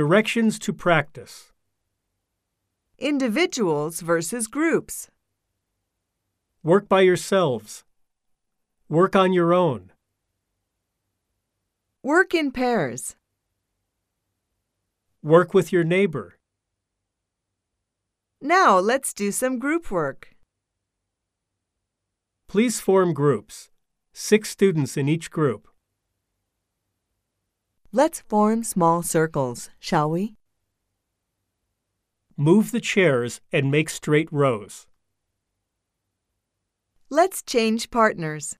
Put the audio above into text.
Directions to practice. Individuals versus groups. Work by yourselves. Work on your own. Work in pairs. Work with your neighbor. Now let's do some group work. Please form groups. Six students in each group. Let's form small circles, shall we? Move the chairs and make straight rows. Let's change partners.